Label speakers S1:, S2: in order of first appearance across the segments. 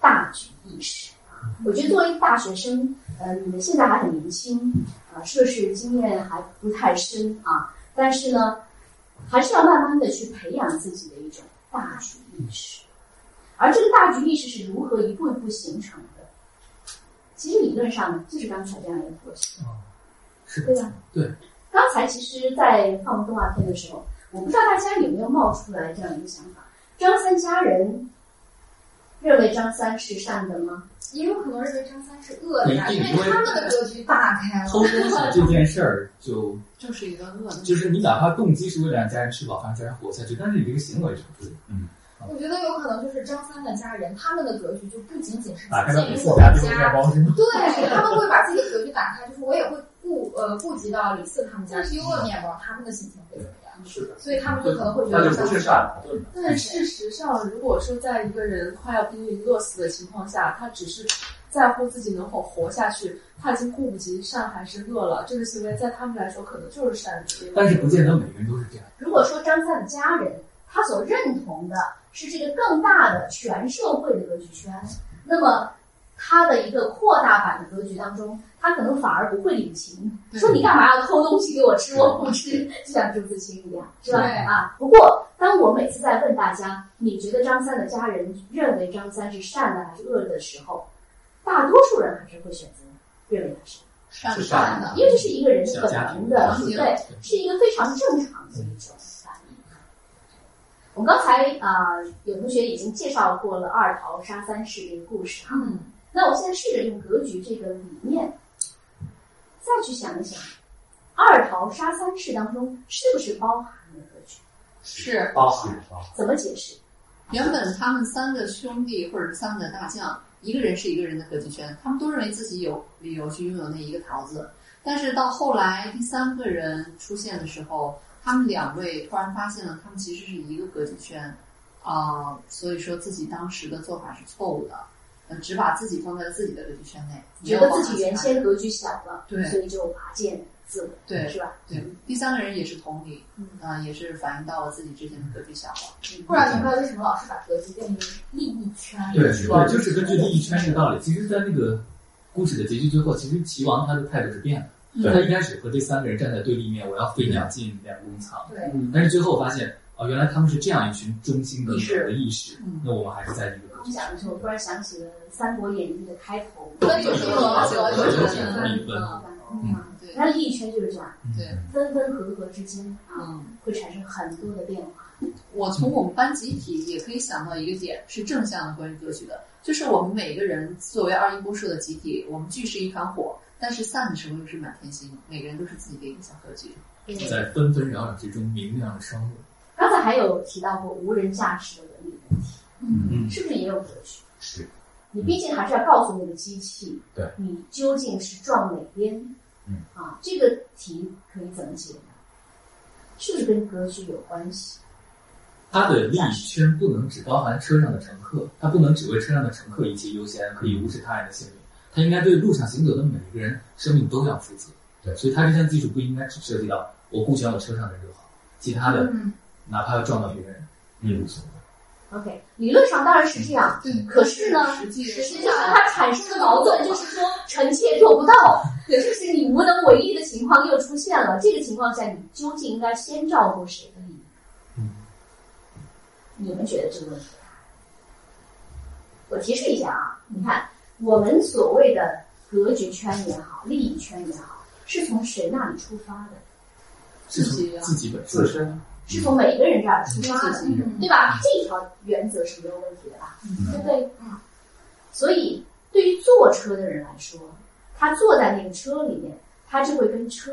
S1: 大局意识啊。我觉得作为大学生，呃，你们现在还很年轻啊，硕士经验还不太深啊，但是呢，还是要慢慢的去培养自己的一种大局意识。而这个大局意识是如何一步一步形成的？其实理论上就是刚才这样一个过程，
S2: 啊，是
S1: 对吧？
S2: 对，
S1: 刚才其实，在看我们动画片的时候，我不知道大家有没有冒出来这样一个想法：张三家人认为张三是善的吗？
S3: 也有可能认为张三是恶的呀，
S2: 一
S3: 因
S2: 定
S3: 为
S2: 不会
S3: 他们的格局大开了。
S2: 偷东西这件事儿就
S4: 就是一个恶的，
S2: 就是你哪怕动机是为了让家人吃饱饭、家人活下去，但是你这个行为是不对的。
S3: 我觉得有可能就是张三的家人，他们的格局就不仅仅是
S2: 打开到
S3: 限
S2: 给
S3: 于
S2: 自
S3: 我
S2: 己家
S3: 们
S2: 丢个面
S3: 家，
S2: 包是吗？
S3: 对，他们会把自己的格局打开，就是我也会顾呃顾及到李四他们家丢了面包，他们的心情会怎么样？
S5: 是的，
S3: 所以 他们就可能会觉
S5: 那
S3: 得
S5: 就不是善矛盾了。
S4: 但事实上，如果说在一个人快要濒临饿死的情况下，他只是在乎自己能否活下去，他已经顾不及善还是恶了。这个行为在他们来说可能就是善的。
S2: 但是不见得每个人都是这样。
S1: 如果说张三的家人他所认同的是这个更大的全社会的格局圈，那么他的一个扩大版的格局当中，他可能反而不会领情，说你干嘛要偷东西给我吃，我不吃，就像朱自清一样，是吧？
S3: 对
S1: 啊，不过当我每次在问大家，你觉得张三的家人认为张三是善的还是恶的时候，大多数人还是会选择认为他是
S4: 善
S5: 是
S4: 善
S5: 善
S4: 的，
S1: 因为这是一个人的
S2: 小
S1: 本
S2: 家
S1: 能
S2: 庭
S1: 的，
S2: 是
S1: 对，是一个非常正常的一种反应。啊我们刚才啊、呃有同学已经介绍过了二桃杀三士这个故事啊，
S4: 嗯，
S1: 那我现在试着用格局这个理念，再去想一想，二桃杀三士当中是不是包含了格局？
S4: 是
S5: 包含
S1: 怎么解释？
S6: 原本他们三个兄弟或者三个大将，一个人是一个人的格局圈，他们都认为自己有理由去拥有那一个桃子。但是到后来第三个人出现的时候，他们两位突然发现了他们其实是一个格局圈，啊、所以说自己当时的做法是错误的，呃，只把自己放在自己的格局圈内，
S1: 觉
S6: 没
S1: 得
S6: 有
S1: 自己
S6: 往
S1: 原
S6: 其他人
S1: 先格局小了，
S6: 对
S1: 所以就拔剑自刎，
S6: 对
S1: 是吧？
S6: 对第三个人也是同理，
S1: 嗯
S6: 啊、也是反映到了自己之前的格局小了。
S3: 不然明白为什么老是把格局变成利益圈，
S2: 对
S3: 是吧
S2: 对，？就是根据利益圈这个道理。其实，在那个故事的结局最后，其实齐王他的态度是变了。
S5: 对
S2: 他一开始和这三个人站在对立面，我要飞鸟尽，两公藏。
S3: 对
S2: 但是最后发现，哦，原来他们是这样一群中心的
S6: 意识
S2: 的意识
S6: 嗯。
S2: 那我们还是在一个
S1: 我们讲的时候，突然想起了《三国演义》的开头，
S3: 那就是是和
S6: 和
S3: 和
S6: 就
S3: 之
S6: 是
S3: 间
S2: 和一分
S6: 嗯，
S1: 嗯，
S6: 对，
S1: 那利益圈就是这样，
S2: 嗯
S6: 对
S1: 分分合合之间啊，
S6: 嗯。
S1: 会产生很多的变化。
S6: 我从我们班集体也可以想到一个点，是正向的关于格局的，就是我们每个人作为二一波社的集体，我们聚是一团火，但是散的时候又是满天星，每个人都是自己的一个小格局。
S2: 在纷纷扰扰之中明亮的生活。
S1: 刚才还有提到过无人驾驶的文明问题，
S2: 嗯，
S1: 是不是也有格局？
S5: 是，
S1: 你毕竟还是要告诉那个机器，
S5: 对，
S1: 你究竟是撞哪边？
S5: 嗯，
S1: 啊，这个题可以怎么解呢？是不是跟格局有关系？
S2: 它的利益圈不能只包含车上的乘客，它不能只为车上的乘客一切优先，可以无视他人的性命。它应该对路上行走的每一个人生命都要负责。
S5: 对
S2: 所以它这项技术不应该只涉及到我顾全我车上的人就好，其他的
S3: 嗯，
S2: 哪怕要撞到别人也无所谓。
S1: OK，理论上当然是这样，嗯
S6: 对
S1: 可是呢，
S6: 实际
S1: 实际上它产生的矛盾就是说，臣妾做不到，就是你无能为力的情况又出现了。这个情况下，你究竟应该先照顾谁的利益？
S2: 嗯，
S1: 你们觉得这个问题？我提示一下啊，你看，我们所谓的格局圈也好，利益圈也好，是从谁那里出发的？
S2: 是从
S6: 自己啊
S2: 自己本身
S5: 自身
S1: 是从每个人这儿出发的。
S6: 自己
S3: 嗯
S1: 对吧？这条原则是没有问题的吧？对不对？
S3: 嗯。
S1: 所以，对于坐车的人来说，他坐在那个车里面，他就会跟车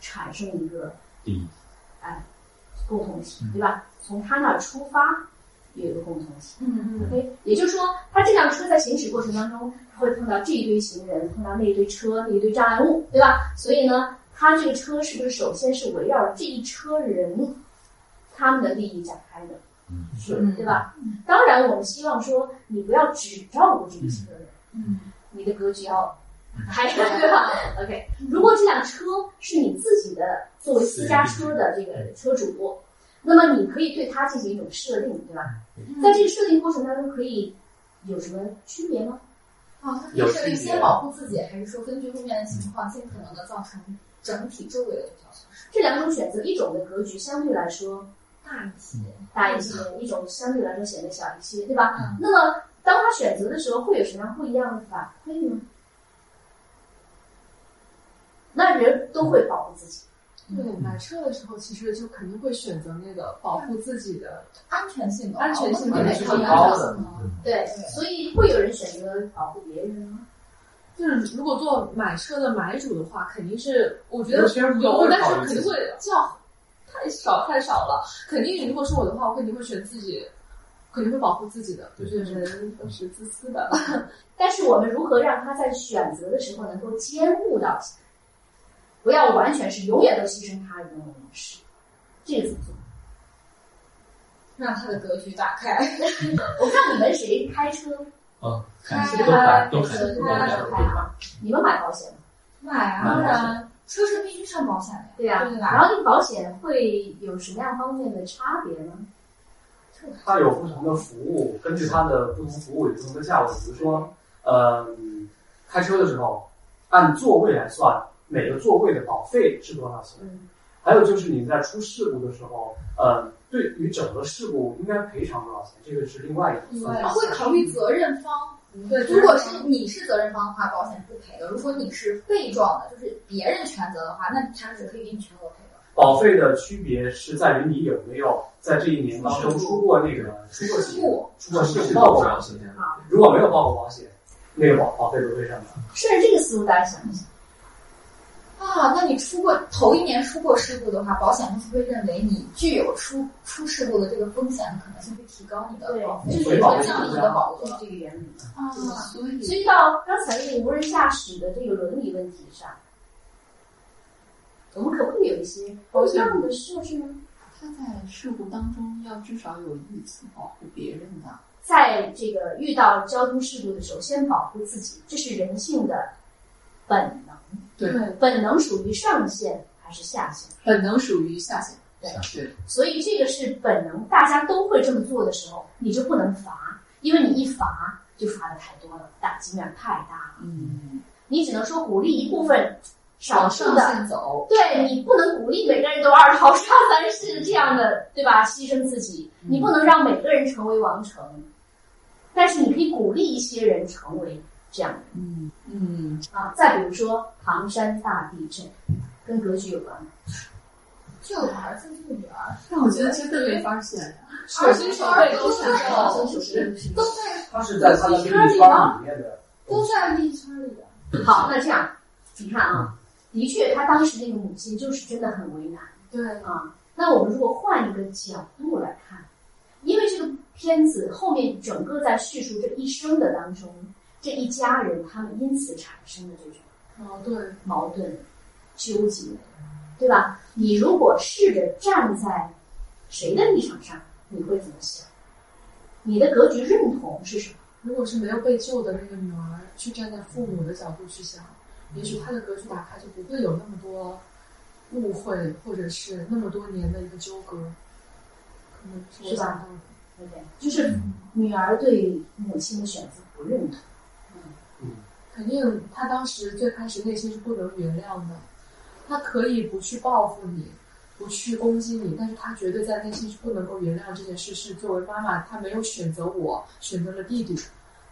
S1: 产生一个呃
S2: 利益。
S1: 共同体，
S2: 嗯
S1: 对吧？从他那儿出发，有一个共同体。
S3: 嗯
S1: OK，也就是说，他这辆车在行驶过程当中，他会碰到这一堆行人，碰到那一堆车，那一堆障碍物，对吧？所以呢，他这个车是不是首先是围绕着这一车人他们的利益展开的？
S5: 嗯
S1: 是
S3: 嗯
S1: 对吧？当然，我们希望说你不要只照顾这一些人，
S3: 嗯，
S1: 你的格局要 开，对吧？OK，如果这辆车是你自己的，作为私家车的这个车主，
S3: 嗯
S1: 那么你可以对它进行一种设定，对吧？在这个设定过程当中，可以有什么区别吗？
S3: 啊，它可以是先保护自己，还是说根据路面的情况，尽可能的造成整体周围的比较损失
S1: 这两种选择，一种的格局相对来说
S3: 大一些？
S1: 大一些，一种相对来说显得小一些，对吧？那么当他选择的时候，会有什么样不一样的反馈呢？那人都会保护自己，
S4: 对，买车的时候其实就肯定会选择那个保护自己的，
S3: 安全性哦能，
S4: 安全性能
S3: 对
S4: 是
S3: 考虑
S4: 高
S3: 到
S4: 的嗯
S3: 什么
S1: 对，所以会有人选择保护别人吗？
S4: 就是如果做买车的买主的话，肯定是我觉得
S2: 有些人不
S4: 有，
S2: 会
S4: 但
S2: 考
S4: 是
S2: 虑
S4: 肯
S2: 自己
S4: 定会较太少太少了。肯定如果是我的话，我肯定会选自己，肯定会保护自己的。我
S2: 对
S4: 觉得人都是自私的。
S1: 但是我们如何让他在选择的时候能够兼顾到，不要完全是永远都牺牲他人为模式，这个怎么做？
S3: 让它的格局打开。
S1: 我看你们谁开车，
S2: 嗯，看
S3: 开
S2: 都
S1: 开
S2: 开都开
S1: 车
S2: 都
S1: 开
S2: 开
S1: 开啊，你们买保险吗？
S3: 买啊，当然，车是必须上保险的
S1: 对呀、
S3: 对吧
S1: 然后这个保险会有什么样方面的差别呢？
S5: 它有不同的服务，根据它的不同服务有不同的价位。比如说，呃，开车的时候按座位来算，每个座位的保费是多少钱？
S1: 嗯
S5: 还有就是你在出事故的时候，呃，对于整个事故应该赔偿多少钱？这个是另外一个
S3: 呀，
S5: 分
S3: 然
S5: 类
S3: 后。会考虑责任方。
S2: 嗯
S4: 对
S3: 如果是你是责任方的话，保险是不赔的；如果你是被撞的，就是别人全责的话，那他是可以给你全额赔的。
S5: 保费的区别是在于你有没有在这一年当中出过那个出过
S3: 事
S5: 险、
S3: 故
S5: 出过事
S2: 是
S5: 故报过
S2: 主
S5: 保
S2: 要
S5: 险。
S2: 是这样。
S1: 好，
S5: 如果没有报过保险，那个保保费不会上涨。
S1: 顺着这个思路，大家想一想，
S3: 啊，那你出过头一年出过事故的话，保险公司会认为你具有出出事故的这个风险的可能性，会提高你的
S1: 对
S3: 保费，
S5: 这
S3: 就是是
S5: 保费
S3: 降低
S5: 增
S3: 你
S5: 加
S3: 的保额
S1: 就是这个原理。
S3: 啊
S6: 所以
S1: 所以到刚才那个无人驾驶的这个伦理问题上，我们可不可以有一些不一样的设置呢？
S6: 他在事故当中要至少有一次保护别人的。
S1: 在这个遇到交通事故的时候，先保护自己，这是人性的本能。
S6: 对
S1: 本能属于上限还是下限？
S6: 本能属于下线，
S1: 对
S6: 对，
S1: 所以这个是本能，大家都会这么做的时候，你就不能罚，因为你一罚就罚的太多了，打击面太大了。
S6: 嗯，
S1: 你只能说鼓励一部分少
S6: 往
S1: 数
S6: 上
S1: 的，
S6: 线走，
S1: 对你不能鼓励每个人都二逃杀三世这样的，对吧？牺牲自己，
S6: 嗯
S1: 你不能让每个人成为王成，但是你可以鼓励一些人成为这样的人
S6: 嗯嗯，
S1: 啊。再比如说唐山大地震，跟格局有关吗，
S3: 救儿子救女儿
S6: 但我觉得真的没法选呀，
S4: 手心手背都
S3: 对
S4: 选
S3: 啊
S4: 择了。
S1: 手是不是
S3: 都在
S5: 它是在它的利益圈里面的。
S3: 都在利益圈里的。
S1: 好，那这样，你看啊，的确，他当时那个母亲就是真的很为难
S4: 对，
S1: 啊。那我们如果换一个角度来看，因为这个片子后面整个在叙述这一生的当中，这一家人他们因此产生的这种
S4: 哦对，
S1: 矛盾、纠结，对吧？你如果试着站在谁的立场上，你会怎么想？你的格局认同是什么？
S4: 如果是没有被救的那个女儿，去站在父母的角度去想，也许她的格局打开就不会有那么多误会，或者是那么多年的一个纠葛，可能是我
S1: 是吧
S4: 想到的。
S1: 对不对？就是女儿对母亲的选择不认同。
S5: 嗯
S4: 肯定他当时最开始内心是不能原谅的，他可以不去报复你，不去攻击你，但是他绝对在内心是不能够原谅这件事。是作为妈妈，他没有选择我，选择了弟弟。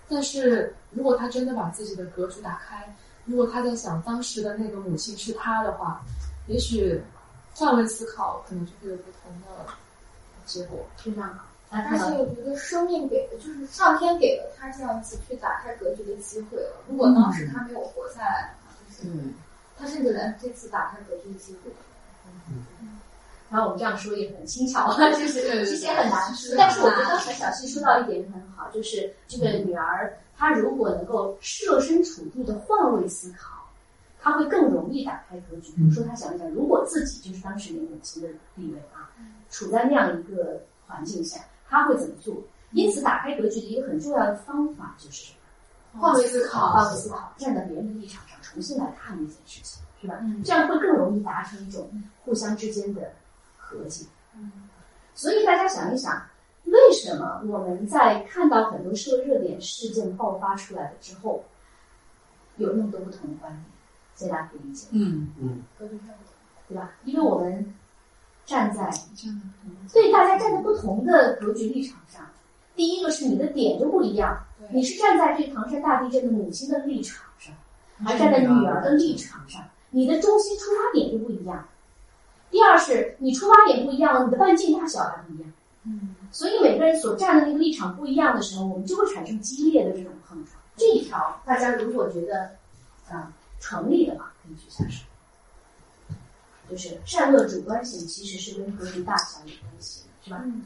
S4: 但是如果他真的把自己的格局打开，如果他在想当时的那个母亲是他的话，也许换位思考，可能就会有不同的结果。
S1: 非常好。大
S3: 而且我觉得生命给的就是上天给了他这样子去打开格局的机会了。如果当时他没有活下来的话，就是
S6: 嗯，
S3: 他甚至连这次打开格局的机会都没
S1: 然后我们这样说也很轻巧，啊就是其实也很难。
S3: 有。
S1: 但是我觉得刚才小溪说到一点很好，就是这个女儿她如果能够设身处地的换位思考，她会更容易打开格局。比如说，她想一想，如果自己就是当时那个母亲的地位啊，处在那样一个环境下，她会怎么做？因此，打开格局的一个很重要的方法就是
S3: 换位哦思考，
S1: 换位思考，站在别人的立场上重新来看这件事情，是吧？
S3: 嗯
S1: 这样会更容易达成一种互相之间的和解。
S3: 嗯
S1: 所以大家想一想，为什么我们在看到很多社会热点事件爆发出来了之后，有那么多不同的观点？这大家可以理解，
S6: 嗯，
S3: 格局上
S1: 对吧？因为我们站在
S6: 这样的
S1: 对大家站在不同的格局立场上，第一个是你的点就不一样，
S3: 对
S1: 你是站在这唐山大地震的母亲的立场上，还站在女儿的立场上，你的中心出发点就不一样。第二是你出发点不一样，你的半径大小还不一样。
S3: 嗯，
S1: 所以每个人所站的那个立场不一样的时候，我们就会产生激烈的这种碰撞。这一条大家如果觉得啊、成立的话，可以去下手。就是善恶主观性其实是跟格局大小有关系的，是吧？
S3: 嗯